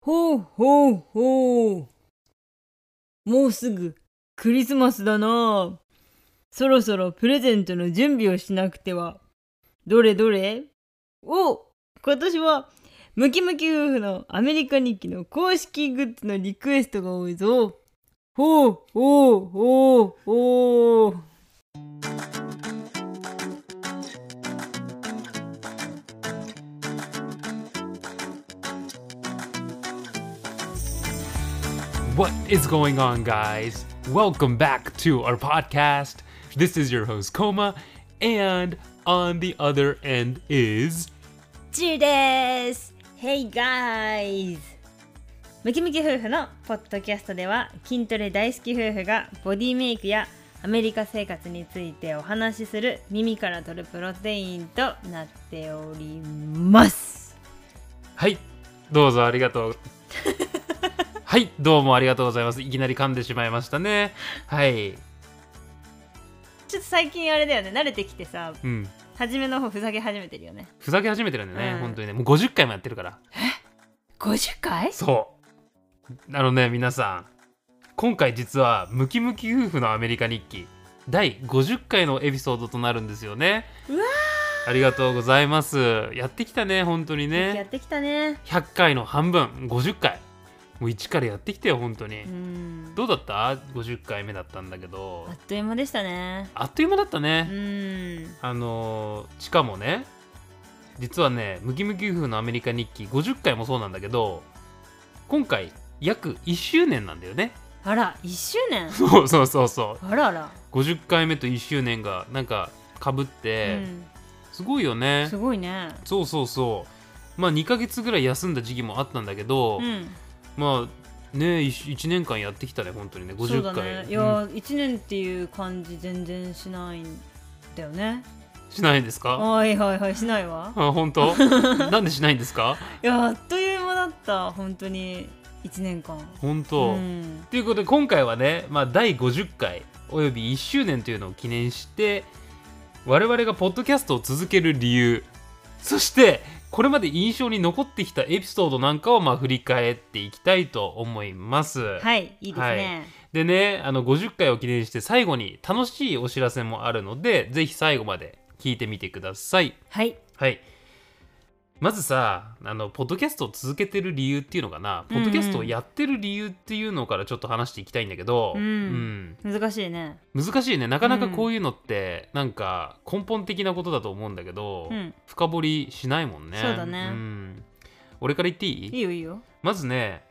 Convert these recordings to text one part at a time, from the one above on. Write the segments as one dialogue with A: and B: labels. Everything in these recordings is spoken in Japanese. A: ほうほうほう。もうすぐクリスマスだな。そろそろプレゼントの準備をしなくては。どれどれお今年はムキムキ夫婦のアメリカ日記の公式グッズのリクエストが多いぞ。ほうほうほうほう。
B: What is going on, guys? Welcome back to our podcast. This is your host, Koma, and on the other end is
A: ちーです。Hey guys! ムキムキ夫婦のポッドキャストでは筋トレ大好き夫婦がボディメイクやアメリカ生活についてお話しする耳から取るプロテインとなっております。
B: はい、どうぞありがとう。はい、どうもありがとうございます。いきなり噛んでしまいましたね。はい、
A: ちょっと最近あれだよね、慣れてきてさ、
B: うん、
A: 初めの方ふざけ始めてるよね。
B: ふざけ始めてるんだよね、
A: うん
B: 本当にね、もう50回もやってるから。
A: 50回
B: そう。あのね、皆さん、今回実はムキムキ夫婦のアメリカ日記第50回のエピソードとなるんですよね。
A: うわ
B: ありがとうございます。やってきたね、本当に
A: や
B: ね
A: っ。てきたね。
B: 100回の半分、50回。もう一からやってきたよ、本当に。
A: うん。
B: どうだった ?50 回目だったんだけど
A: あっ、という間でしたね。
B: あっという間だった
A: う
B: ね。
A: ん。
B: あのーしかもね、実はね、ムキムキ夫婦のアメリカ日記50回もそうなんだけど、今回、約1周年なんだよね。
A: あら、1周年
B: そうそうそうそ
A: あらあら。
B: う50回目と1周年がなんかかぶって、すごいよ
A: うん、
B: ね
A: すごいね。
B: そうそうそうまあ2ヶ月ぐらい休んだ時期もあったんだけど、
A: うん、
B: まあね 1, 年間やってきたね本当にね
A: そう
B: 50
A: だね
B: 回、
A: いや
B: うん
A: ー、1年っていう感じ全然しないんだよね
B: しないんですか
A: はいはいはいしないわ
B: あ本 当なんでしないんですか
A: いやーあっという間だった本当に1年間
B: 本当、
A: うん
B: ということで今回はね、まあ、第50回および1周年というのを記念して我々がポッドキャストを続ける理由そしてこれまで印象に残ってきたエピソードなんかをまあ振り返っていきたいと思います、
A: はいいいですね、
B: でねあの50回を記念して最後に楽しいお知らせもあるのでぜひ最後まで聞いてみてください
A: はい、
B: はいまずさあのポッドキャストを続けてる理由っていうのかな、
A: うんうん
B: ポッドキャストをやってる理由っていうのからちょっと話していきたいんだけど、
A: うん難しいね
B: うん難しいねなかなかこういうのって、なんか根本的なことだと思うんだけど、
A: うん
B: 深掘りしないもんね
A: そうだね
B: ん俺から言っていい
A: いいよいいよ
B: まずね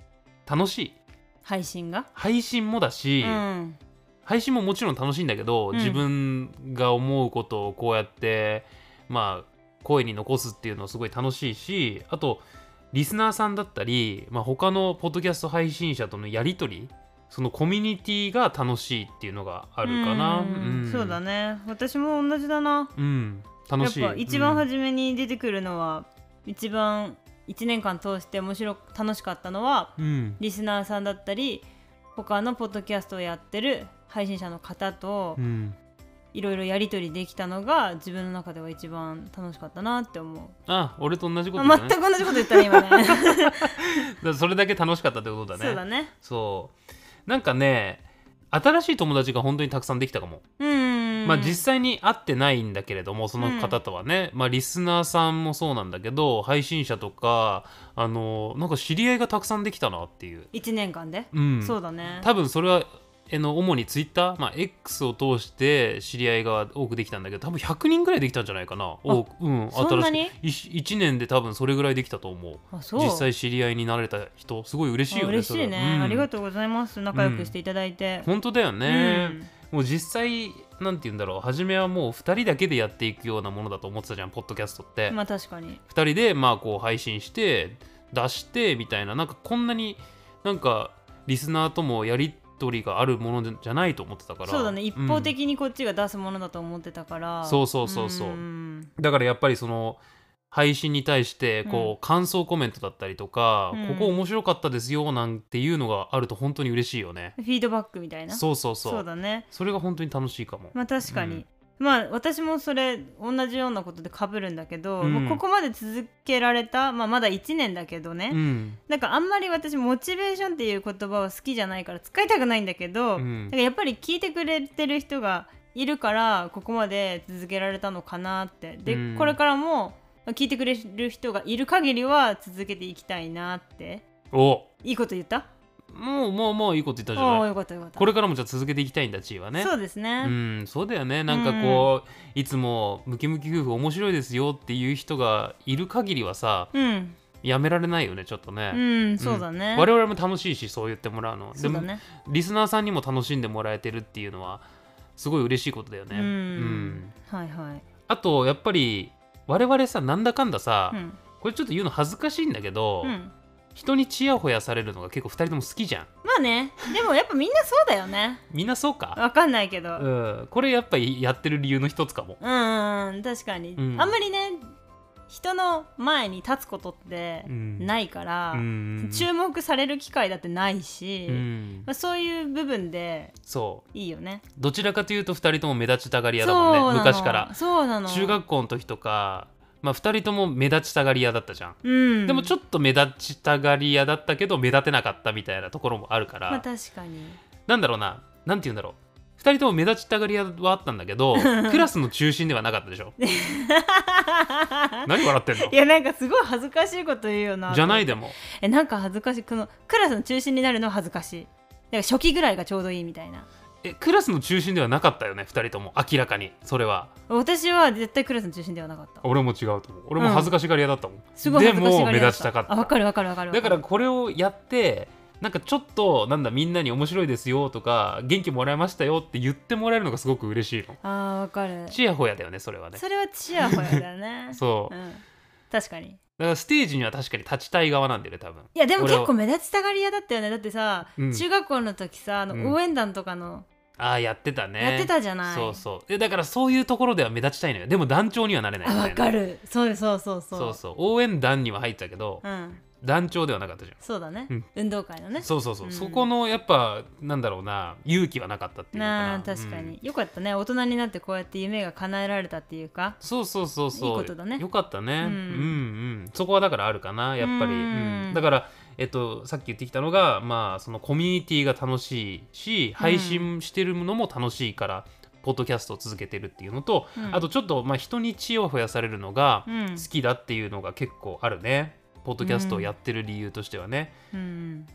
B: 楽しい
A: 配信が
B: 配信もだ
A: う
B: し、
A: ん
B: 配信ももちろん楽しいんだけど、
A: うん
B: 自分が思うことをこうやってまあ声に残すっていうのすごい楽しいしあとリスナーさんだったり、まあ、他のポッドキャスト配信者とのやり取りそのコミュニティが楽しいっていうのがあ
A: あ
B: るかなうん
A: そうだね私も同じだな
B: うん楽しい
A: やっぱ一番
B: うん
A: 初めに出てくるのは、一番1年間通して面白く楽しかったのは
B: うん
A: リスナーさんだったり他のポッドキャストをやってる配信者の方と
B: うん
A: いろいろやり取りできたのが自分の中では一番楽しかったなって思う、
B: あ俺と同じこと
A: ま
B: だ
A: あ
B: ね
A: 全く同じこと言ったね今ね
B: だからそれだけ楽しかったってことだ ね
A: そうだね
B: そうなんかね新しい友達が本当にたくさんできたかも
A: うん
B: まあ、実際に会ってないんだけれどもその方とはね、まあ、リスナーさんもそうなんだけど配信者とかあのなんか知り合いがたくさんできたなっていう、
A: 1年間で、
B: うん、
A: そうだね
B: 多分それはえの主にツイッター、まあ、X を通して知り合いが多くできたんだけど多分100人ぐらいできたんじゃないかな多くうん、
A: そんなに
B: 新しくい1年で多分それぐらいできたと思う
A: あそう
B: 実際知り合いになれた人すごい嬉しいよ
A: あ
B: ね
A: 嬉しい
B: それ
A: ね、
B: うん
A: ありがとうございます仲良くしていただいて、
B: 本当だよ
A: うん
B: ね、もう実際なんて言うんだろう初めはもう2人だけでやっていくようなものだと思ってたじゃんポッドキャストって、
A: まあ確かに
B: 2人でまあこう配信して出してみたいななんかこんなになんかリスナーともやり取りがあるものじゃないと思ってたから
A: そうだね一方
B: うん
A: 的にこっちが出すものだと思ってたから、
B: そうそうそうそうんだからやっぱりその配信に対してこう感想コメントだったりとか、
A: うん
B: ここ面白かったですよなんていうのがあると本当に嬉しいよね、
A: フィードバックみたいな
B: そうそうそう
A: そうだね
B: それが本当に楽しいかも、
A: まあ確かに、
B: うん
A: まあ私もそれ同じようなことでかぶるんだけど、
B: うん
A: まあここまで続けられた、まあ、まだ1年だけどね、
B: うん
A: なんかあんまり私モチベーションっていう言葉は好きじゃないから使いたくないんだけど、
B: うん
A: だからやっぱり聞いてくれてる人がいるからここまで続けられたのかなってで、
B: うん
A: これからもまあ聞いてくれる人がいる限りは続けていきたいなって
B: お
A: いいこと言った
B: もうもうもういいこと言ったじゃ
A: おおー
B: ない
A: よかったよかった
B: これからもじゃあ続けていきたいんだチーはね
A: そうですね、
B: うん、そうだよねなんかこう、いつもムキムキ夫婦面白いですよっていう人がいる限りはさ
A: うん、
B: やめられないよねちょっと
A: う
B: ね、
A: ん、そうだね。
B: 我々も楽しいしそう言ってもらうの
A: そうだ
B: でも
A: ね。
B: リスナーさんにも楽しんでもらえてるっていうのはすごい嬉しいことだよ
A: う
B: ね、
A: ん、はいはい。
B: あとやっぱり我々さなんだかんださ、
A: うん、
B: これちょっと言うの恥ずかしいんだけど、
A: うん。
B: 人にチヤホヤされるのが結構2人とも好きじゃん
A: まあね、でもやっぱみんなそうだよね。
B: みんなそうか、
A: わかんないけど。う、
B: うんん、これやっぱりやってる理由の一つかも
A: うん、うん、確かに、
B: うん
A: あんまりね、人の前に立つことって
B: うん
A: ないから、
B: うん
A: 注目される機会だってないし、
B: うん
A: まあ、そういう部分で
B: そう
A: いいよね。
B: どちらかというと2人とも目立ちたがり屋だ
A: そうな
B: もん
A: の
B: ね昔から
A: そうなの。
B: 中学校の時とか、まあ、2人とも目立ちたがり屋だったじゃん、
A: うん。
B: でもちょ
A: っ
B: っと目立ちたがり屋だったけど目立てなかったみたいなところもあるから、
A: まあ確か に。
B: なんだろうななんて言うんだろう2人とも目立ちたがり屋はあったんだけ どクラスの中心ではなかったでしょ何笑ってんの
A: いやなんかすごい恥ずかしいこと言うよな
B: じゃない
A: で
B: でも
A: えなんか恥ずかしいこのクラスの中心になるのは恥ずかしいなんか初期ぐらいがちょうどいいみたいな
B: えクラスの中心ではなかったよね2人とも明らかにそれは
A: 私は絶対クラスの中心ではなかった
B: 俺も違うと思う俺も恥ずかしがり屋だったもん、
A: すごい
B: で
A: 恥ずかしが
B: も
A: り
B: 目
A: 屋だ
B: 立ちたかった
A: あわかるわかるわかる
B: だからこれをやってなんかちょっとなんだみんなに面白いですよとか元気もらいましたよって言ってもらえるのがすごく嬉しいの
A: あーわかる
B: ちやほやだよねそれはね
A: それはチヤホヤだね
B: そうだ
A: ん、確かに
B: からステージには確かに立ちたい側なんだよね多分
A: いやでも
B: 俺は
A: 結構目立ちたがり屋だったよねだってさ、
B: うん
A: 中学校の時さあの、
B: うん
A: 応援団とかの
B: ああやってたね
A: やってたじゃない、
B: そうそうでだからそういうところでは目立ちたいのよでも団長にはなれない
A: あわか
B: る
A: るそうそうそうそう
B: そうそう応援団には入ったけど、
A: うん
B: 団長ではなかったじゃん
A: そうだね、
B: うん
A: 運動会のね
B: そうそうそう、
A: うん
B: そこのやっぱなんだろうな勇気はなかったっていうのか
A: な
B: な
A: あ確か
B: うん
A: に、よかったね大人になってこうやって夢が叶えられたっていうか
B: そうそうそうそう
A: いいことだね
B: よかったね、
A: う
B: うんん、うんそこはだからあるかなやっぱり、
A: う
B: うんんだからえっとさっき言ってきたのがまあそのコミュニティが楽しいし配信してるのも楽しいから、ポッドキャストを続けてるっていうのと、
A: うん
B: あとちょっとまあ人に知恵を増やされるのが
A: うん
B: 好きだっていうのが結構あるね、ポッドキャストをやってる理由としてはね、
A: うん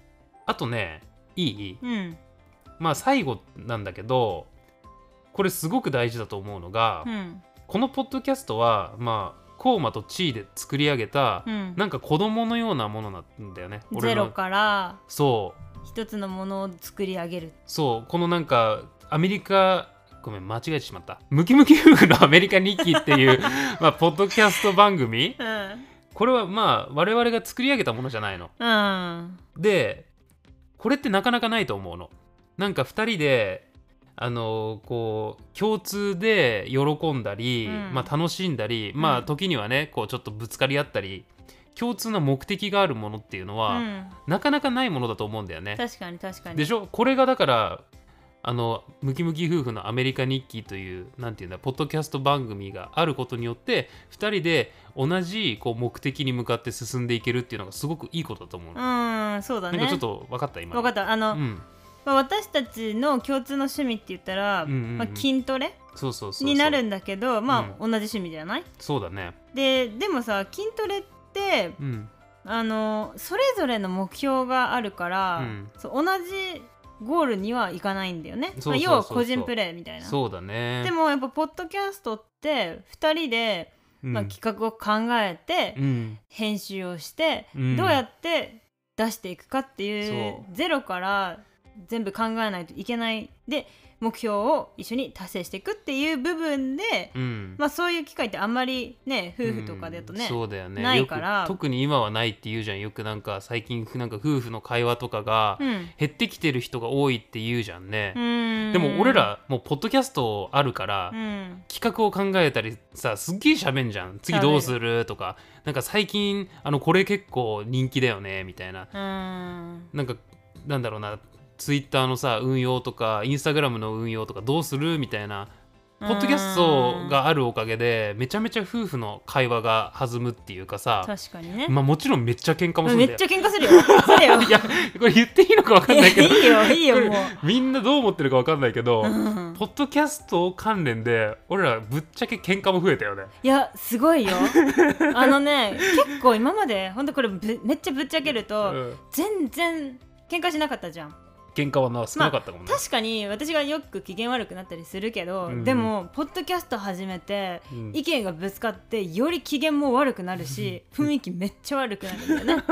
B: あとねいいいい
A: うん
B: まあ最後なんだけどこれすごく大事だと思うのが、
A: うん
B: このポッドキャストはまあコーマとチーで作り上げた、
A: うん
B: なんか子供のようなものなんだよね
A: ゼ
B: 俺
A: ロ
B: の
A: から
B: そう
A: 一つのものを作り上げる
B: そうこのなんかアメリカごめん間違えてしまったムキムキ夫婦のアメリカ日記って いうまあポッドキャスト番組
A: うん
B: これはまあ我々が作り上げたものじゃないの
A: うん
B: でこれってなかなかないと思うのなんか2人であのこう共通で喜んだり、
A: うん
B: まあ、楽しんだり、ま
A: う
B: あ
A: ん
B: 時にはねこうちょっとぶつかり合ったり共通な目的があるものっていうのは、
A: うん
B: なかなかないものだと思うんだよね。
A: 確かに確かに
B: でしょこれがだからあのムキムキ夫婦のアメリカ日記というなんていうんだポッドキャスト番組があることによって2人で同じこう目的に向かって進んでいけるっていうのがすごくいいことだと思うの。
A: うんそうだ
B: な
A: ね
B: んかちょっと分かった今
A: 分かったあの、
B: うん、
A: まあ、私たちの共通の趣味って言ったら、
B: うんうんうん
A: まあ、筋トレ
B: そうそうそうそう
A: になるんだけどまあ、同
B: う
A: じ趣味じゃない
B: そうだね
A: ででもさ筋トレって
B: うん
A: あのそれぞれの目標があるから、
B: うん
A: そう同じゴールにはいかないんだよね
B: そうそうそうそう
A: まあ要は個人プレーみたいな
B: そうだね
A: でもやっぱポッドキャストって2人で、
B: うん
A: まあ、企画を考えて、
B: うん
A: 編集をして、
B: うん
A: どうやって出していくかっていう
B: そ
A: ゼロから全部考えないといけないで目標を一緒に達成していくっていう部分で、
B: うん
A: まあ、そういう機会ってあんまりね夫婦とかだとね、
B: うんそうだよね
A: ないから
B: よく特に今はないって言うじゃんよくなんか最近なんか夫婦の会話とかが
A: うん
B: 減ってきてる人が多いって言うじゃんね、
A: で
B: でも俺、らもうポッドキャストあるから、
A: うん、
B: 企画を考えたりさすっげえ喋んじゃん次どうするとかなんか最近あのこれ結構人気だよねみたいな
A: うーん
B: なんかなんだろうなツイッターのさ運用とかインスタグラムの運用とかどうするみたいなポッドキャストがあるおかげでめちゃめちゃ夫婦の会話が弾むっていうかさ、
A: 確かにね、
B: まあ、もちろんめっちゃ喧嘩もする
A: め
B: んだ
A: っ
B: よ
A: ちゃ喧嘩するよそうだよ
B: いやこれ言っていいのか分かんないけど
A: いいよいいよ
B: こ
A: も
B: れみんなどう思ってるか分かんないけど、
A: う、うん、
B: ポッドキャスト関連で俺らぶっちゃけ喧嘩も増えたよね
A: いやすごいよあのね結構今まで本当これぶめっちゃぶっちゃけると、
B: うん
A: 全然喧嘩しなかったじゃん
B: 喧嘩はな少なかったかもね、
A: 確かに私がよく機嫌悪くなったりするけど、
B: うん
A: でもポッドキャスト始めて
B: うん
A: 意見がぶつかってより機嫌も悪くなるし雰囲気めっちゃ悪くなるんだよね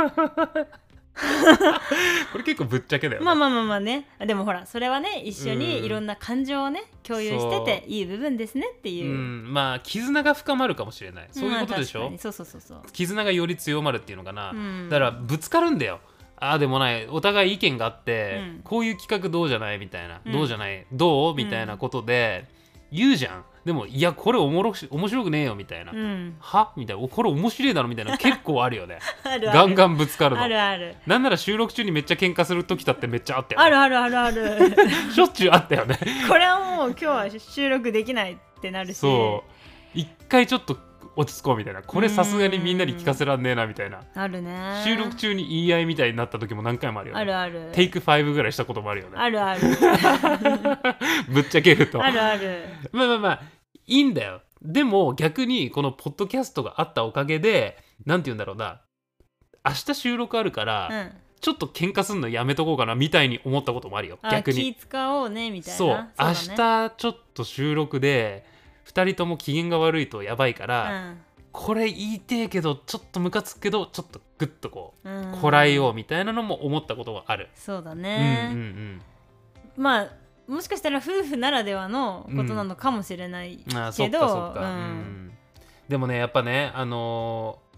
B: これ結構ぶっちゃけだよね、
A: まあまあまあまあねでもほらそれはね一緒
B: うん
A: にいろんな感情をね共有してて
B: そ
A: いい部分ですねって
B: う
A: いう、
B: ん、まあ絆が深まるかもしれないそういうことでし
A: まあ確か
B: ょ、
A: にそうそうそうそう
B: 絆がより強まるっていうのかな、
A: うん
B: だからぶつかるんだよああでもないお互い意見があって、
A: うん
B: こういう企画どうじゃないみたいな、
A: うん
B: どうじゃないどうみたいなことで言うじゃんでもいやこれおもろし面白くねえよみたいな、
A: うん
B: はみたいなおこれ面白いだろ みたいな結構あるよね
A: あるある
B: ガンガンぶつかるの
A: あるある
B: なんなら収録中にめっちゃ喧嘩する時だってめっちゃあったよ、ね、
A: あるあるあるある
B: しょっちゅうあったよね
A: これはもう今日は収録できないってなるし
B: そう一回ちょっと落ち着こうみたいなこれさすがにみんなに聞かせらんねえなみたいな
A: あるね
B: 収録中に言い合いみたいになった時も何回もあるよね
A: あるある
B: テイク5ぐらいしたこともあるよね
A: あるある
B: ぶっちゃけると
A: あるある
B: まあまあまあいいんだよでも逆にこのポッドキャストがあったおかげでなんて言うんだろうな明日収録あるから、
A: うん
B: ちょっと喧嘩すんのやめとこうかなみたいに思ったこともあるよ
A: あ
B: 逆に
A: 気使おうねみたいな
B: そう
A: だ
B: 明
A: ね
B: 日ちょっと収録で2人とも機嫌が悪いとやばいから、これ言いてえけどちょっとムカつくけどちょっとグッとこ
A: うん
B: う
A: うん
B: こらえようみたいなのも思ったことがある、
A: そうだ
B: うんうんう
A: ね、
B: ん
A: まあもしかしたら夫婦ならではのことなのかもしれないけど、
B: あーそっかそっか、
A: う
B: うん
A: ん
B: でもねやっぱねあのー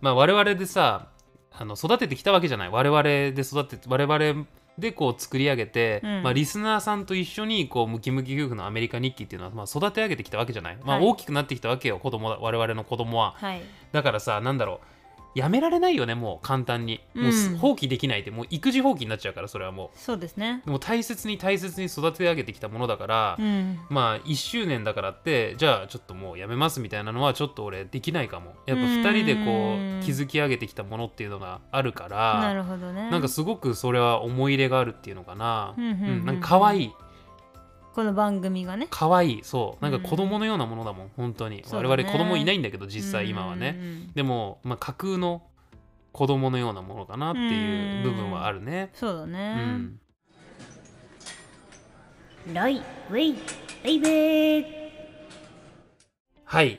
B: まあ我々でさあの育ててきたわけじゃない我々で育てて我々でこう作り上げて、
A: うん
B: まあ、リスナーさんと一緒にこうムキムキ夫婦のアメリカ日記っていうのは、まあ、育て上げてきたわけじゃない、まあ、
A: はい
B: 大きくなってきたわけよ子供だ我々の子供は
A: はい
B: だからさなんだろうやめられないよねもう簡単にもうす
A: うん
B: 放棄できないってもう育児放棄になっちゃうからそれはも
A: そうですね
B: うでも大切に大切に育て上げてきたものだから、
A: うん
B: まあ1周年だからってじゃあちょっともうやめますみたいなのはちょっと俺できないかもやっぱ
A: うーん
B: 2人でこう築き上げてきたものっていうのがあるか
A: な
B: ら
A: るほどね
B: なんかすごくそれは思い入れがあるっていうのかな
A: うんうんうんうん
B: うんなんか可愛い
A: この番組がね
B: 可愛いそうなんか子供のようなものだもん本当に
A: そう
B: 我
A: だね
B: 々子供いないんだけど実際今はね
A: うんうんうん
B: でもまあ架空の子供のようなものかなっていう部分はあるね
A: そうだ
B: う
A: ね、
B: ん
A: ライウェイベイベー
B: はい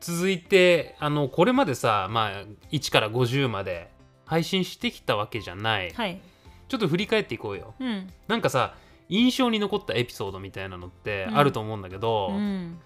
B: 続いてあのこれまでさ、まあ、1から50まで配信してきたわけじゃない、
A: はい
B: ちょっと振り返っていこうよ
A: うん
B: なんかさ印象に残ったエピソードみたいなのって
A: うん
B: あると思うんだけど、
A: うん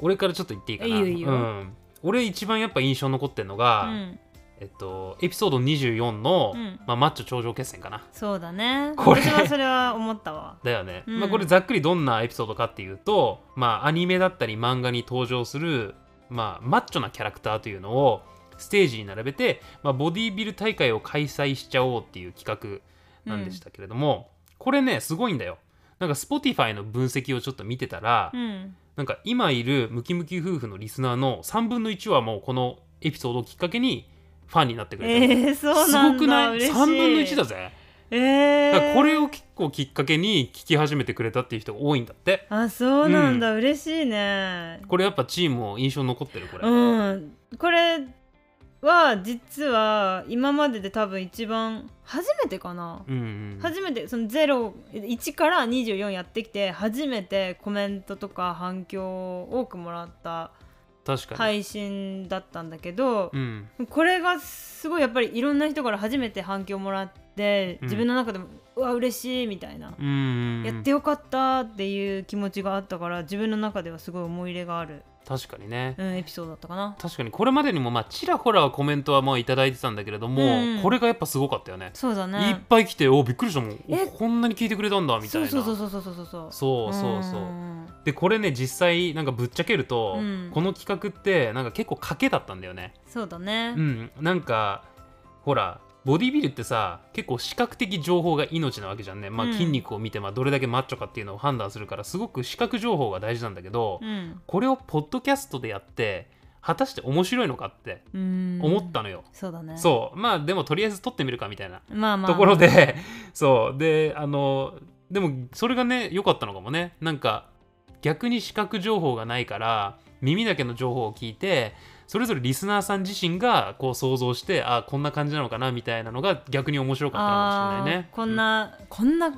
B: 俺からちょっと言っていいかない
A: いよいいよ
B: うん、俺一番やっぱ印象に残ってるのが、
A: うん
B: えっと、エピソード24の、
A: うん
B: まあ、マッチョ頂上決戦かな
A: そうだね
B: これ
A: 私はそれは思ったわ
B: だよね、
A: うん
B: まあ、これざっくりどんなエピソードかっていうと、まあ、アニメだったり漫画に登場する、まあ、マッチョなキャラクターというのをステージに並べて、まあ、ボディービル大会を開催しちゃおうっていう企画なんでしたけれども、これねすごいんだよなんか Spotify の分析をちょっと見てたら、
A: うん
B: なんか今いるムキムキ夫婦のリスナーの3分の1はもうこのエピソードをきっかけにファンになってくれてる、
A: えー、そう
B: す
A: なんだ
B: ごくない
A: 嬉しい
B: ?3 分の1だぜ
A: え
B: だか
A: ー、
B: らこれを結構きっかけに聞き始めてくれたっていう人が多いんだって
A: あそうなんだ、嬉しいね
B: これやっぱチームも印象に残ってるこれ、
A: うんこれは実は今までで多分一番初めてかな、
B: うんうん
A: 初めてその01から24やってきて初めてコメントとか反響を多くもらった
B: 確かに、
A: 配信だったんだけど、
B: うん、
A: これがすごいやっぱりいろんな人から初めて反響もらって
B: うん
A: 自分の中でも、うわ嬉しいみたいな、
B: うんうんうん
A: やってよかったっていう気持ちがあったから自分の中ではすごい思い入れがある、
B: 確かにね、
A: うん、エピソードだったかな
B: 確かにこれまでにもまあちらほらコメントはもういただいてたんだけれども、
A: うん
B: これがやっぱすごかったよね
A: そうだ
B: いっ
A: ね
B: ぱい来ておびっくりしたもんお
A: え
B: こんなに聞いてくれたんだみたい
A: そう
B: な
A: そうそうそうそうそうそう
B: そうそうそうんでこれね実際なんかぶっちゃけると、
A: うん
B: この企画ってなんか結構賭けだったんだよね
A: そうだね
B: うん、なんかほらボディビルってさ結構視覚的情報が命なわけじゃんね、まあ、
A: うん
B: 筋肉を見て、まあ、どれだけマッチョかっていうのを判断するからすごく視覚情報が大事なんだけど、
A: うん
B: これをポッドキャストでやって果たして面白いのかって
A: うん
B: 思ったのよ、
A: そうだね
B: そうまあでもとりあえず撮ってみるかみたいな
A: うまあまあ
B: ところで、 そうであのでもそれがね良かったのかもねなんか逆に視覚情報がないから耳だけの情報を聞いてそれぞれリスナーさん自身がこう想像してあこんな感じなのかなみたいなのが逆に面白かったのかもしれない
A: あ
B: ね
A: ーこん、な、こんな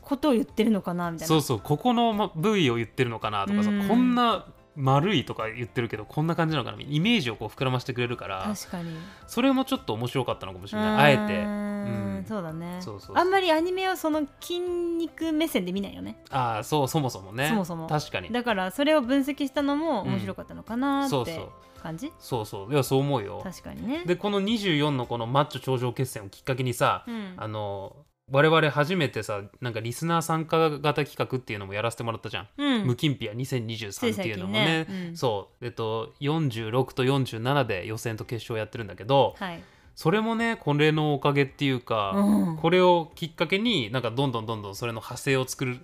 A: ことを言ってるのかなみ
B: うん
A: たいな
B: そうそうここのま部位を言ってるのかなとかさ、
A: うん
B: こんな丸いとか言ってるけどこんな感じなのかなイメージをこう膨らませてくれるから
A: 確かに
B: それもちょっと面白かったのかもしれ
A: うーん
B: ないあえうん
A: そうだね
B: そうそうそう
A: あんまりアニメをその筋肉目線で見ないよね
B: てああそうそもそもね
A: そもそも
B: 確かに
A: だからそれを分析したのも面白かったのかな
B: そ
A: っ
B: う
A: て
B: そう
A: 感じ、
B: そうそういやそう思うよ
A: 確かにね
B: でこの24のこのマッチョ頂上決戦をきっかけにさ、
A: うん
B: あの我々初めてさなんかリスナー参加型企画っていうのもやらせてもらったじゃん
A: う
B: 「
A: ん
B: 無金ピア2023」っていうのもね
A: つい最近ねうん
B: そうえっと46と47で予選と決勝やってるんだけど
A: はい、
B: それもねこれのおかげっていう
A: う
B: か、
A: ん、
B: これをきっかけになんかどんどんどんどんそれの派生を作る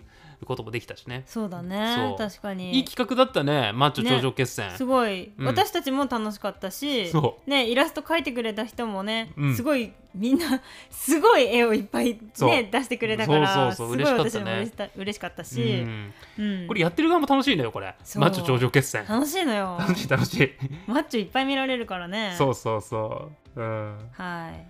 B: こともできたしね、
A: そうだ
B: そう
A: ね確かに
B: いい企画だったねマッチョ頂上決戦、
A: すごい、
B: うん
A: 私たちも楽しかったし
B: そ、
A: ね、イラスト描いてくれた人もね、
B: うん
A: すごいみんな すごい絵をいっぱい、
B: そう
A: ね、出してくれたから
B: そうそうそう
A: すごい私
B: 嬉しかっ
A: も
B: たね
A: 嬉した嬉しかった
B: う
A: し、
B: ん、
A: うん
B: これやってる側も楽しいんだよこれ
A: そう
B: マッチョ頂上決戦
A: 楽しいの よ
B: 楽しい楽しい
A: マッチョいっぱい見られるからね
B: そうそうそううん
A: はい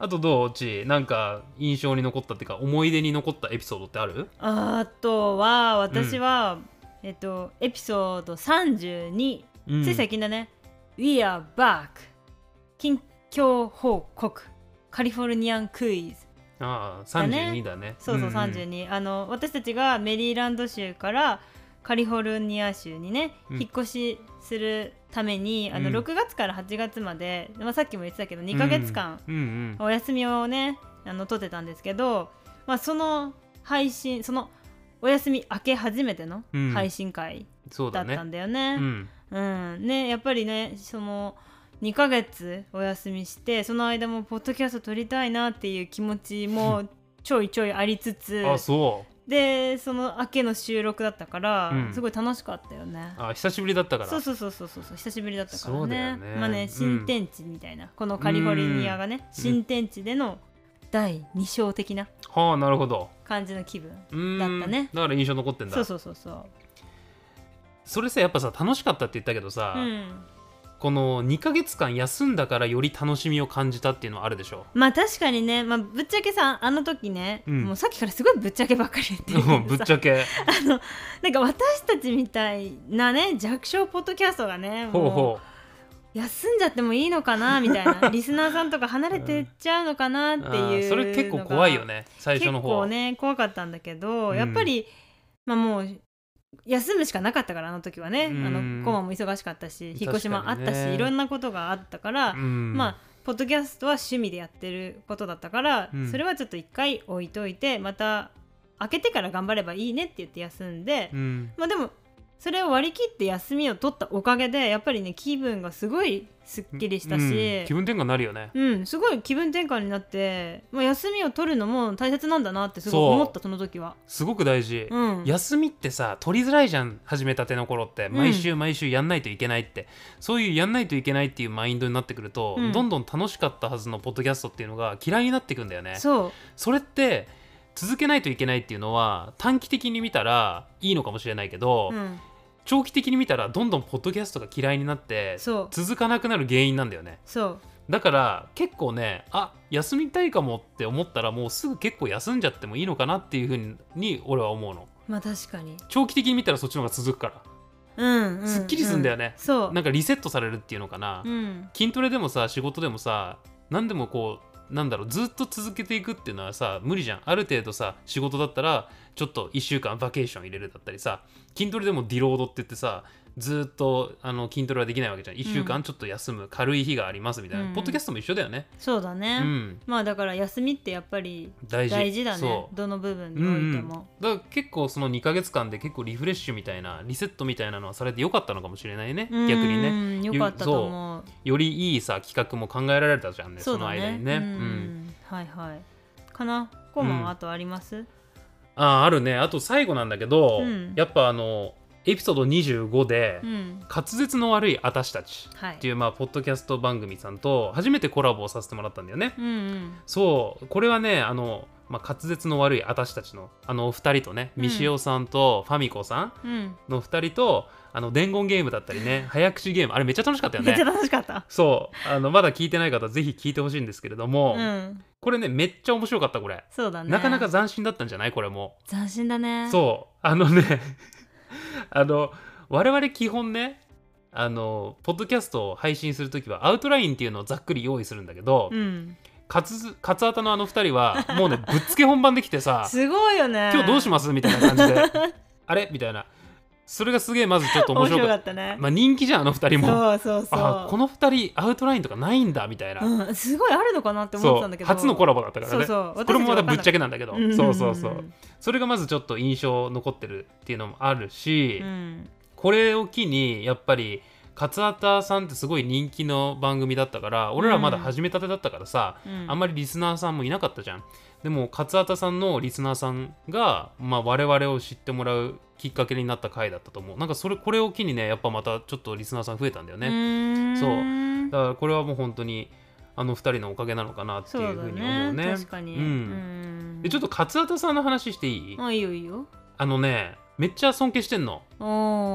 B: あとどうちなんか印象に残ったっていうか思い出に残ったエピソードってある
A: あとは私は、えっとエピソード32、
B: うん
A: つい最近だね「We are back」近況報告カリフォルニアンクイズ
B: ああ32だね
A: そうそう、
B: ん
A: 32あの私たちがメリーランド州からカリフォルニア州にね、
B: うん
A: 引っ越しするためにあの
B: うん
A: 6月から8月まで、まあ、さっきも言ってたけど2ヶ月間
B: うんうん
A: お休みをねあの取ってたんですけど、まあ、その配信そのお休み明け初めての
B: うん
A: 配信会
B: そう
A: だ
B: だ
A: った
B: ね
A: んだよね。
B: うん
A: うん、ねやっぱりねその2ヶ月お休みしてその間もポッドキャスト撮りたいなっていう気持ちもちょいちょいありつつ
B: あそう
A: でその明けの収録だったから、
B: うん
A: すごい楽しかったよね。
B: あ久しぶりだったから
A: そうそうそうそうそう久しぶりだったから
B: そうだ
A: ね
B: よね
A: まあね新天地みたいな、このカリフォルニアがね新天地での第2章的な
B: はあなるほど
A: 感じの気分、
B: うん
A: だったね
B: だから印象残ってんだ
A: そうそうそうそう
B: それさやっぱさ楽しかったって言ったけどさ、
A: うん
B: この2ヶ月間休んだからより楽しみを感じたっていうのはあるでしょ
A: まあ確かにね、まあ、ぶっちゃけさあの時ね、
B: うん
A: もうさっきからすごいぶっちゃけばっかり言ってるけど
B: う
A: さ
B: ん ぶっちゃけ
A: あのなんか私たちみたいなね弱小ポッドキャストがねも
B: ほうほう
A: 休んじゃってもいいのか なみたいなリスナーさんとか離れてっちゃうのかなって
B: あ
A: いう
B: ーそれ結構怖いよね最初の
A: 結
B: 方
A: 構ね怖かったんだけど、
B: うん
A: やっぱりまあもう休むしかなかったからあの時はね、
B: うん
A: あのコマも忙しかったし引っ越しもあった
B: 確
A: し、
B: かにね
A: いろんなことがあったから、
B: うん
A: まあポッドキャストは趣味でやってることだったから、
B: うん
A: それはちょっと一回置いといてまた開けてから頑張ればいいねって言って休んで、
B: うん
A: まあでもそれを割り切って休みを取ったおかげでやっぱりね気分がすごいすっきりした
B: うん
A: し
B: 気、分転換になるよね
A: うんすごい気分転換になって、まあ、休みを取るのも大切なんだなってすごい思ったその時は。
B: すごく大事、
A: うん、
B: 休みってさ取りづらいじゃん始めたての頃って
A: ん
B: 毎週毎週やんないといけないって、そういうやんないといけないっていうマインドになってくると、
A: うん
B: どんどん楽しかったはずのポッドキャストっていうのが嫌いになってくんだよねそ
A: そう
B: れって続けないといけないっていうのは短期的に見たらいいのかもしれないけど、
A: うん、
B: 長期的に見たらどんどんポッドキャストが嫌いになって
A: そう
B: 続かなくなる原因なんだよね
A: そう
B: だから結構ねあ休みたいかもって思ったらもうすぐ結構休んじゃってもいいのかなっていうふうに俺は思うの
A: まあ確かに、
B: 長期的に見たらそっちの方が続くか
A: うんうん
B: すっきりすんだよね
A: うんそ
B: ら
A: う
B: なんかリセットされるっていうのかな、
A: うん、
B: 筋トレでもさ仕事でもさ何でもこうなんだろうずっと続けていくっていうのはさ無理じゃんある程度さ仕事だったらちょっと1週間バケーション入れるだったりさ筋トレでもディロードって言ってさずーっとあの筋トレはできないわけじゃん1週
A: う
B: 間ちょっと休む、軽い日がありますみたいな、
A: うん
B: ポッドキャストも一緒だよね
A: そうだ
B: う
A: ね、
B: ん
A: まあだから休みってやっぱり
B: 大事
A: 大事だね
B: そう
A: どの部分
B: うんう
A: において
B: ん、だ
A: も
B: か、ら結構その2ヶ月間で結構リフレッシュみたいなリセットみたいなのはされてよかったのかもしれないね
A: うん
B: 逆にね
A: よかったと思う
B: よりいいさ企画も考えられたじゃんね
A: そ
B: そうの
A: だ
B: 間
A: ね
B: にね、
A: う
B: うんん
A: はいはいかなコマはあとあります、
B: あーあるねあと最後なんだけど、
A: うん
B: やっぱあのエピソード25で、
A: うん
B: 滑舌の悪い私たち」
A: はい
B: っていう、まあ、ポッドキャスト番組さんと初めてコラボをさせてもらったんだよね。
A: うんうん
B: そうこれはねあの、まあ、滑舌の悪い私たちのあのお二人とね、
A: うん
B: みしおさんとファミコさん
A: うん
B: の二人とあの伝言ゲームだったりね早口ゲームあれめっちゃ楽しかったよ
A: めっちゃ
B: ね。
A: 楽しかった
B: そうあのまだ聞いてない方ぜひ聞いてほしいんですけれども、
A: うん
B: これねめっちゃ面白かったこれ、
A: そうだね
B: なかなか斬新だったんじゃないこれも
A: 斬新だね
B: そうあのね あの我々基本ねあのポッドキャストを配信するときはアウトラインっていうのをざっくり用意するんだけど、
A: うん
B: カツカツアタのあの2人はもうねぶっつけ本番でき てさ
A: すごいよね
B: 今日どうし
A: ま
B: ますみたいな感じであれみたいなそれがすげえまずちょっ
A: す
B: と面
A: 面白
B: 白
A: か
B: かっ
A: ったね
B: た、、まあ、人気じゃんあの2人も
A: そうそうそう
B: あこの2人アウトラインとかないんだみたいな、
A: うん、すごいあるのかなって思っ
B: そ
A: てたんだ
B: う
A: けど
B: 初のコラボだったからね
A: そうそう
B: これもまたぶっちゃ
A: け
B: けなんだけど、そうそうそうそれがまずちょっと印象残ってるっていうのもあるし、
A: うん
B: これを機にやっぱり勝俣さんってすごい人気の番組だったから俺らまだ始めたてだったからさ、
A: うん
B: あんまりリスナーさんもいなかったじゃんでも勝俣さんのリスナーさんが、まあ、我々を知ってもらうきっかけになった回だったと思うなんかそれこれを機にねやっぱまたちょっとリスナーさん増えたんだよね、
A: ね
B: そう
A: う
B: だからこれはもう本当にあの2人のおかげなのかなっていうふうに思うね
A: 確かに、
B: うん
A: うん
B: でちょっと勝俣さんの話していい、
A: あいいよいいよ
B: あのねめっちゃ尊敬してんの、
A: お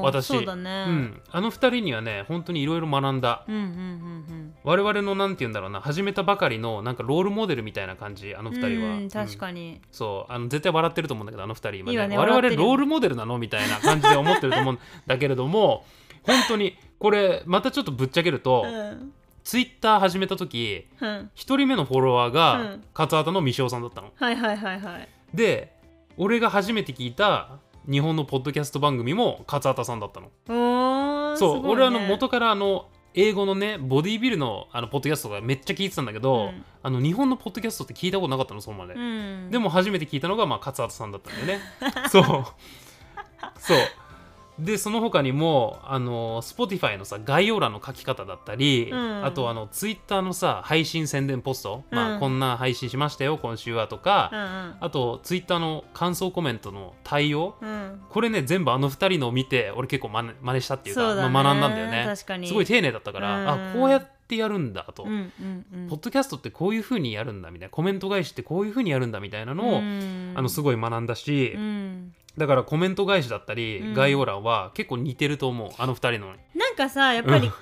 A: ー
B: 私
A: そうだね、
B: うん、あの2人にはね本当にいろいろ学んだ
A: うんうんうん
B: 我々のなんて言うんだろうな始めたばかりのなんかロールモデルみたいな感じあ
A: う
B: の
A: ん
B: 2人は、
A: うん確
B: に
A: かに、
B: そうあの絶対笑ってると思うんだけどあの2人今
A: いいわ
B: ね
A: ね
B: 我
A: 笑っ
B: 々
A: てるよ
B: ロールモデルなのみたいな感じで思ってると思うんだけれども本当にこれまたちょっとぶっちゃけると、
A: うん
B: ツイッター始めた時
A: うん
B: 1人目のフォロワー
A: う
B: が
A: ん
B: 勝俣のみしおさんだったの。
A: はいはいはいはい
B: で俺が初めて聞いた日本のポッドキャスト番組も勝俣さんだったの。
A: おー
B: そう、
A: すごいね
B: 俺はあの元からあの英語のねボディービルのあのポッドキャストがめっちゃ聞いてたんだけど、
A: うん
B: あの日本のポッドキャストって聞いたことなかったのそこまで、
A: うん
B: でも初めて聞いたのが、まあ、勝俣さんだった んだよねそうそうでその他にもあの Spotify のさ概要欄の書き方だったり、
A: うん
B: あとあの Twitter のさ配信宣伝ポスト、ま
A: うん
B: あ、こんな配信しましたよ今週はとか、
A: うん
B: あと Twitter の感想コメントの対応
A: うんうん
B: これね全部あの2人のを見て俺結構真似真似したっていうか
A: そうだね
B: まあ学んだんだよね
A: 確かに
B: すごい丁寧だったから、
A: うん
B: あこうやってやるんだと、
A: うんうんうん
B: ポッドキャストってこういう風にやるんだみたいなコメント返しってこういう風にやるんだみたいなのを、
A: うん
B: あのすごい学んだし、
A: うん
B: だからコメント返しだったり、
A: うん
B: 概要欄は結構似てると思うあの2人のに
A: なんかさやっぱり
B: うん
A: 聞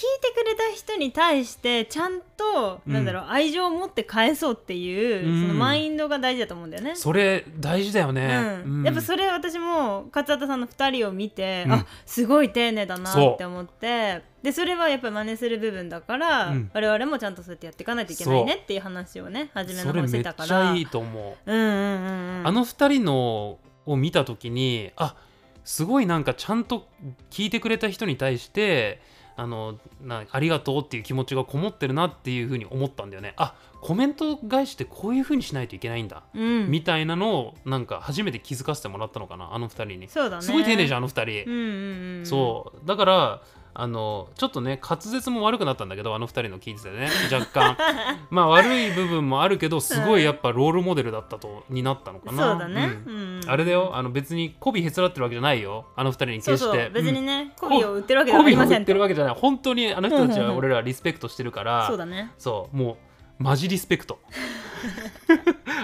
A: いてくれた人に対してちゃんと、
B: うん
A: なんだろう愛情を持って返そうっていう、
B: うん
A: そのマインドが大事だと思うんだよね。
B: それ大事だよね、
A: うん、やっぱそれ私も勝俣さんの2人を見て、
B: うん
A: あすごい丁寧だな
B: そう
A: って思ってでそれはやっぱり真似する部分だから、
B: うん
A: 我々もちゃんとそうやってやっていかないといけないねっていう話をね初めの
B: それ
A: 方し
B: め
A: て
B: った
A: か
B: ち
A: ら
B: ゃいいと思う、
A: うんうんうんうん
B: あの2人のを見た時にあすごいなんかちゃんと聞いてくれた人に対してあのなありがとうっていう気持ちがこもってるなっていうふうに思ったんだよねあコメント返しってこういうふうにしないといけないんだ、
A: うん
B: みたいなのをなんか初めて気づかせてもらったのかなあの2人に、
A: そうだね
B: すごい丁寧じゃ
A: ん、
B: んあの2
A: う
B: 人、
A: んうんうん、
B: そうだからあのちょっとね滑舌も悪くなったんだけどあの2人の聞いててね若 干まあ悪い部分もあるけどすごいやっぱロールモデルだったとになったのか
A: そう
B: な
A: だね、
B: うん
A: うんうん
B: あれだよ、あの別に媚びへつらってるわけじゃないよ、あの二人に
A: そう
B: 決し
A: そう
B: て。
A: 別に
B: うん
A: ね媚びを売ってるわけではあ
B: 媚
A: り
B: びを
A: ませ
B: 売
A: ん
B: って
A: と
B: るわけじゃない、本当にあの人たち
A: うんうんう
B: は
A: ん
B: 俺らリスペクトしてるから、
A: そうだね
B: そうもう、マジリス ペクト。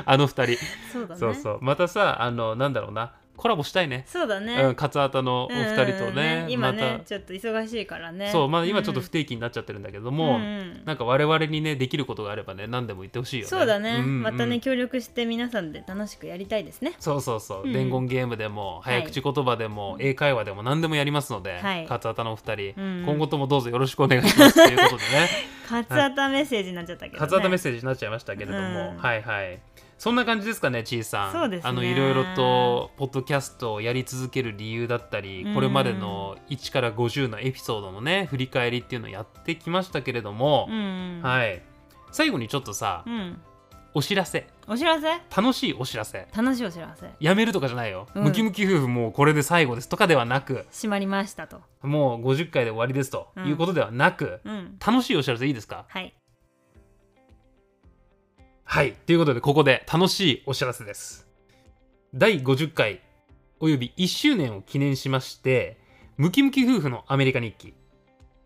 B: あの二人、
A: そうだね
B: そうそう、またさ、あの、なんだろうな、コラボしたいね、
A: そうだね、
B: うん、カツアタのお二
A: う
B: 人と
A: んうんうん
B: ね、
A: 今
B: ま
A: ね、
B: た、
A: ちょっと忙しいからね
B: そう、まあ今ちょっと
A: うん
B: 不定期になっちゃってるんだけども、
A: うんうん
B: なんか我々にね、できることがあればね、何でも言ってほしいよね。
A: そうだね、
B: んうん
A: またね協力して皆さんで楽しくやりたいですね
B: そうそうそう、
A: うん
B: 伝言ゲームでも早口言葉でも、英会話でも何でもやりますので、
A: はい
B: 勝俣のお二人、
A: うん
B: 今後ともどうぞよろしくお願いしますということでね
A: カツアタメッセージになっちゃったけどね
B: 勝俣メッセージになっちゃいましたけれども、
A: うん
B: はいはいそんな感じですかね、ちいさん。
A: そうですね
B: あのいろいろとポッドキャストをやり続ける理由だったり
A: うん、
B: これまでの1から50のエピソードのね、振り返りっていうのをやってきましたけれども
A: う、ん、
B: はい。最後にちょっとさ
A: う、ん、
B: お知らせ、
A: お知らせ
B: 楽しいお知らせ。
A: 楽しいお知らせ
B: やめるとかじゃないよ。
A: うん
B: ムキムキ夫婦もうこれで最後ですとかではなく、
A: 閉まりましたと
B: もう50回で終わりですと
A: うん
B: いうことではなく、
A: うん
B: 楽しいお知らせいいですか
A: はい
B: はい。ということで、ここで楽しいお知らせです。第50回および1周年を記念しまして、ムキムキ夫婦のアメリカ日記、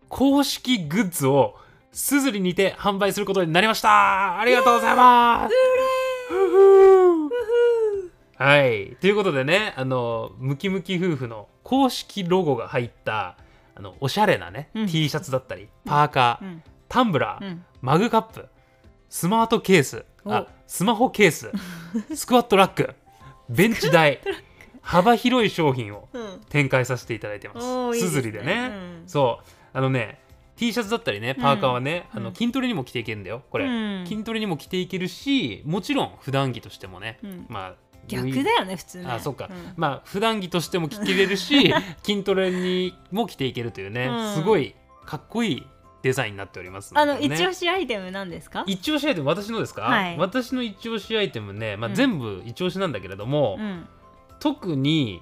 B: 公式グッズをすずりにて販売することになりましたありがとうございますはい。ということでね、あの、ムキムキ夫婦の公式ロゴが入った、あの、おしゃれなね、
A: うん
B: T シャツだったり、パーカー、
A: うん
B: タンブラー、
A: うん
B: マグカップ、スマートケース、あスマホケ ース、スクワットラック、ベンチ台、幅広い商品を
A: うん
B: 展開させていただいてま
A: おー
B: す。
A: いいで
B: す
A: すね
B: ずりでね。
A: うん
B: そう、あのね、T シャツだったりね、パーカーはね、
A: うん
B: あ
A: う
B: の
A: ん
B: 筋トレにも着ていけるんだよ、これ、
A: うん
B: 筋トレにも着ていけるし、もちろん普段着としてもね、
A: うん
B: まあ、
A: 逆だよね普通ね
B: あそうか、
A: ん
B: まあ普段着としても着れ るし筋トレにも着ていけるというね、
A: うん
B: すごいかっこいいデザインになっております
A: あ
B: の
A: の
B: でね、
A: 一押しアイテムなんですか
B: 一押しアイテム私のですか、
A: はい
B: 私の一押しアイテムね、まあ、
A: うん
B: 全部一押しなんだけれども、
A: うん
B: 特に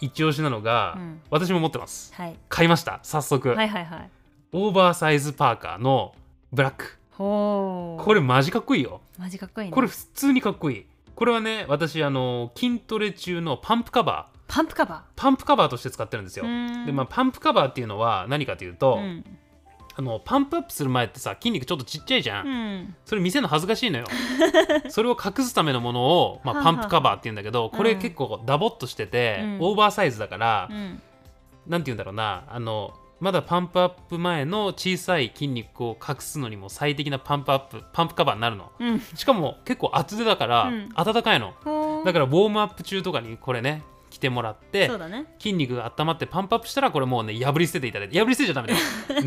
B: 一押しなのが、
A: うん
B: 私も持ってます
A: はい
B: 買いました早速、
A: はいはいはい
B: オーバーサイズパーカーのブラック
A: ほう
B: これマジかっこいいよ
A: マジかっこいいね
B: これ普通にかっこいいこれはね私あの筋トレ中のパンプカバー
A: パンプカバ
B: パンプカバーとして使ってるんですよ、
A: ー
B: でまあ、パンプカバーっていうのは何かという
A: あ
B: と、
A: うん
B: あのパンプアップする前ってさ筋肉ちょっとちっちゃいじゃん、
A: うん
B: それ見せるの恥ずかしい のよそれを隠すためのものを、ま
A: は
B: あ、
A: あは
B: パ
A: あ
B: ンプカバーっていうんだけどこ
A: う
B: れ
A: ん
B: 結構ダボっとしてて、
A: うん
B: オーバーサイズだから、
A: うん
B: なんて言うんだろうなあのまだパンプアップ前の小さい筋肉を隠すのにも最適なパンプアップパンプカバーになるの
A: うん
B: しかも結構厚手だから、
A: うん
B: 暖かいの
A: ほう
B: だからウォームアップ中とかにこれね着てもらって
A: そうだね
B: 筋肉が温まってパンプアップしたらこれもうね破り捨てていただい て破り捨てちゃダメだよ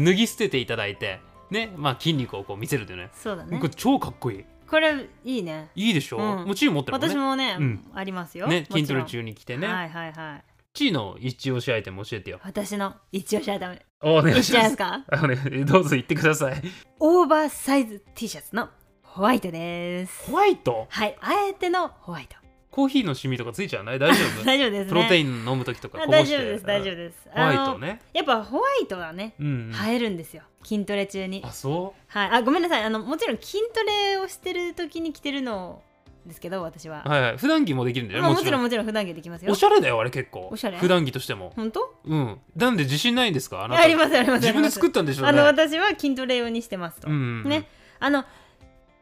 B: 脱ぎ捨てていただいてねまあ筋肉をこう見せるというね
A: そうだね
B: これ超かっこいい
A: これいいね
B: いいでしょ、
A: うん
B: もうチー持ってるもんね
A: 私もね
B: うん
A: ありますよ
B: ね
A: も
B: 筋
A: ち
B: ト
A: ろ
B: レ
A: ん
B: 中に着てね、
A: はいはいはい
B: チーの一押しアイテム教えてよ
A: 私の一押しアイ テム
B: お願
A: いっ
B: いし
A: ちゃい
B: ま
A: ますすか
B: あのねどうぞ言ってください
A: オーバーサイズ T シャツのホワイトです
B: ホワイト
A: はいあえてのホワイト
B: コーヒーのシミとかついちゃわない大丈 夫、
A: 大丈夫ですね
B: プロテイン飲む時とか
A: あ
B: こぼ
A: 大
B: して
A: 丈夫です大丈夫
B: うん
A: です
B: ホワイ
A: あ
B: ト
A: の
B: ね
A: やっぱホワイトがね
B: うんうん、
A: 映えるんですよ筋トレ中に
B: あそう
A: はいあごめんなさいあのもちろん筋トレをしてる時に着てるのですけど私は、
B: はいはい普段着もできるんだよね
A: まあ、
B: も
A: もち
B: ちろ
A: ろ
B: ん
A: んもちろん普段着できますよ
B: おしゃれだよあれ結構
A: おしゃれ
B: 普段着としても
A: 本当
B: うんなんで自信ないんですかあなた
A: ありますあります
B: 自分で作ったんでしょうね
A: あの私は筋トレ用にしてますと、
B: うんうんうん
A: ねあの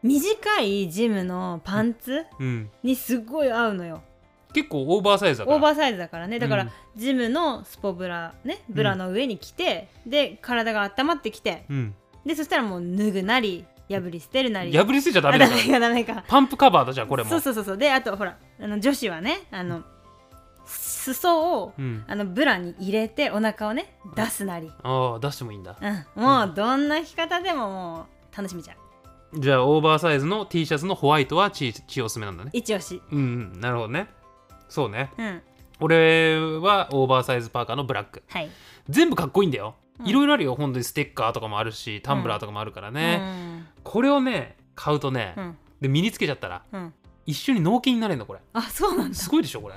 A: 短いジムのパンツ
B: うん
A: にすごい合うのよ
B: 結構オーバーサイズだから
A: オーバーサイズだからねだから、
B: うん
A: ジムのスポブラねブラの上に着て、で体が温まってきて
B: うん、
A: でそしたらもう脱ぐなり破り捨てるなり
B: 破り捨てちゃダメ
A: あ
B: だ
A: ダ
B: から
A: メかダメか
B: パンプカバーだじゃあこれも
A: そうそうそうそうであとほらあの女子はねあの裾を、
B: うん、
A: あのブラに入れてお腹をね出すなり、
B: ああ出してもいいんだ
A: うん、もうどんな着方でももう楽しみじゃん
B: じゃあオーバーサイズの T シャツのホワイトはちちおすすめなんだね
A: 一押し
B: うんうんなるほどねそうね
A: うん
B: 俺はオーバーサイズパーカーのブラック
A: はい、
B: 全部かっこいいんだよ、
A: うん
B: いろいろあるよ本当にステッカーとかもあるしタンブラーとかもあるからね、これをね買うとね、
A: うんうん
B: で身につけちゃったら
A: うん
B: 一緒に納金になれんのこれ
A: あそうなんだ
B: すごいでし ょこれ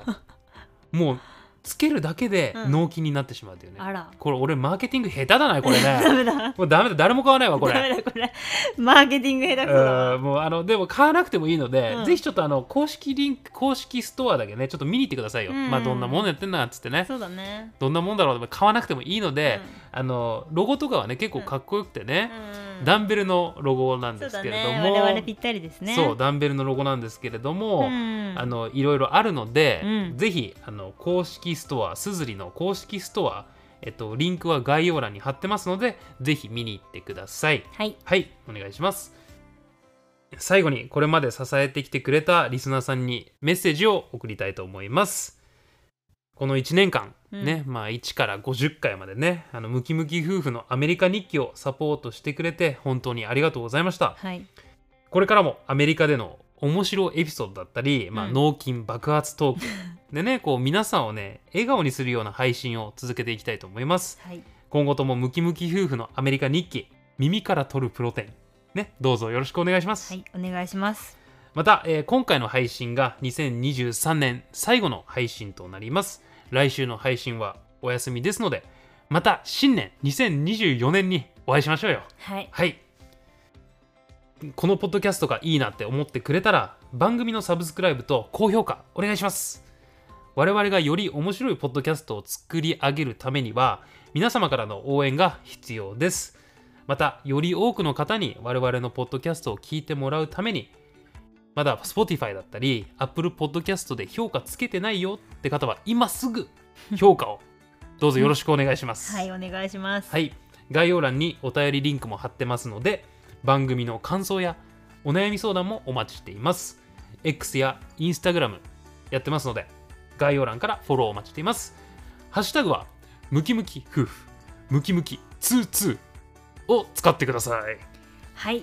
B: もうつけるだけで
A: うん
B: 納金になってしまうというね、
A: あら
B: これ俺マーケティング下手だなこれ
A: ダ
B: ね
A: メだ
B: もうダメだ誰も買わないわこれ
A: ダメだこれマーケティング下手くそだ
B: う
A: わ
B: んもうあのでも買わなくてもいいので、
A: うん
B: ぜひちょっとあの公式リンク公式ストアだけねちょっと見に行ってくださいよ、
A: うん
B: まあどんなもんやってんなっつってね
A: そうだね
B: どんなもんだろうでも買わなくてもいいので、
A: うん
B: あのロゴとかはね結構かっこよくてね、
A: うん
B: ダンベルのロゴなん
A: そ
B: で
A: う
B: す
A: だ
B: けれ
A: ね
B: ども
A: 我々ぴったりですね
B: そうダンベルのロゴなんですけれども、
A: うん
B: あのいろいろあるので、
A: うん
B: ぜひあの公式ストアすずりの公式ストア、えっと、リンクは概要欄に貼ってますのでぜひ見に行ってください
A: はい
B: はいお願いします最後にこれまで支えてきてくれたリスナーさんにメッセージを送りたいと思いますこの1年間、
A: うん
B: ねまあ1から50回までねあのムキムキ夫婦のアメリカ日記をサポートしてくれて本当にありがとうございました
A: はい
B: これからもアメリカでの面白エピソードだったり、まあ、
A: うん
B: 脳筋爆発ト ークでねこう皆さんをね笑顔にするような配信を続けていきたいと思います
A: はい、
B: 今後ともムキムキ夫婦のアメリカ日記耳から取るプロテインねどうぞよろしくお願いします、
A: はい、お願いします
B: また、えー今回の配信が2023年最後の配信となります来週の配信はお休みですのでまた新年2024年にお会いしましょうよ
A: はい
B: はいこのポッドキャストがいいなって思ってくれたら番組のサブスクライブと高評価お願いします我々がより面白いポッドキャストを作り上げるためには皆様からの応援が必要ですまたより多くの方に我々のポッドキャストを聞いてもらうためにまだ Spotify だったり Apple Podcast で評価つけてないよって方は今すぐ評価をどうぞよろしくお願いします、
A: はいお願いします
B: はい、概要欄にお便りリンクも貼ってますので、番組の感想やお悩み相談もお待ちしています。X や Instagram やってますので、概要欄からフォローお待ちしています。ハッシュタグは、ムキムキ夫婦、ムキムキ22を使ってください。
A: はい、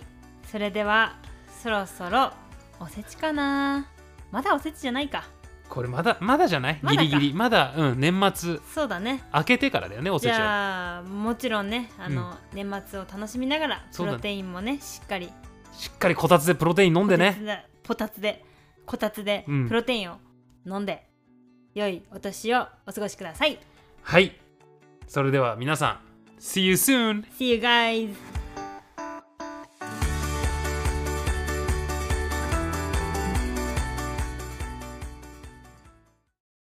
A: それではそろそろおせちかなまだおせちじゃないか
B: これまだ、まだじゃない
A: ま
B: ギ
A: だか
B: リギリ。まだ、うん、年末、
A: そうだね
B: 明けてからだよね、おせ
A: じ
B: ちは。
A: ゃあもちろんねあの、年末を楽しみながらプ
B: そうだね
A: ロテインもねしっかり
B: しっかりこたつでプロテイン飲んでね。
A: こたつでこたつでこたつで、
B: うん
A: プロテインを飲んで良いお年をお過ごしください
B: はい。それでは皆さん、See you soon!
A: See you guys!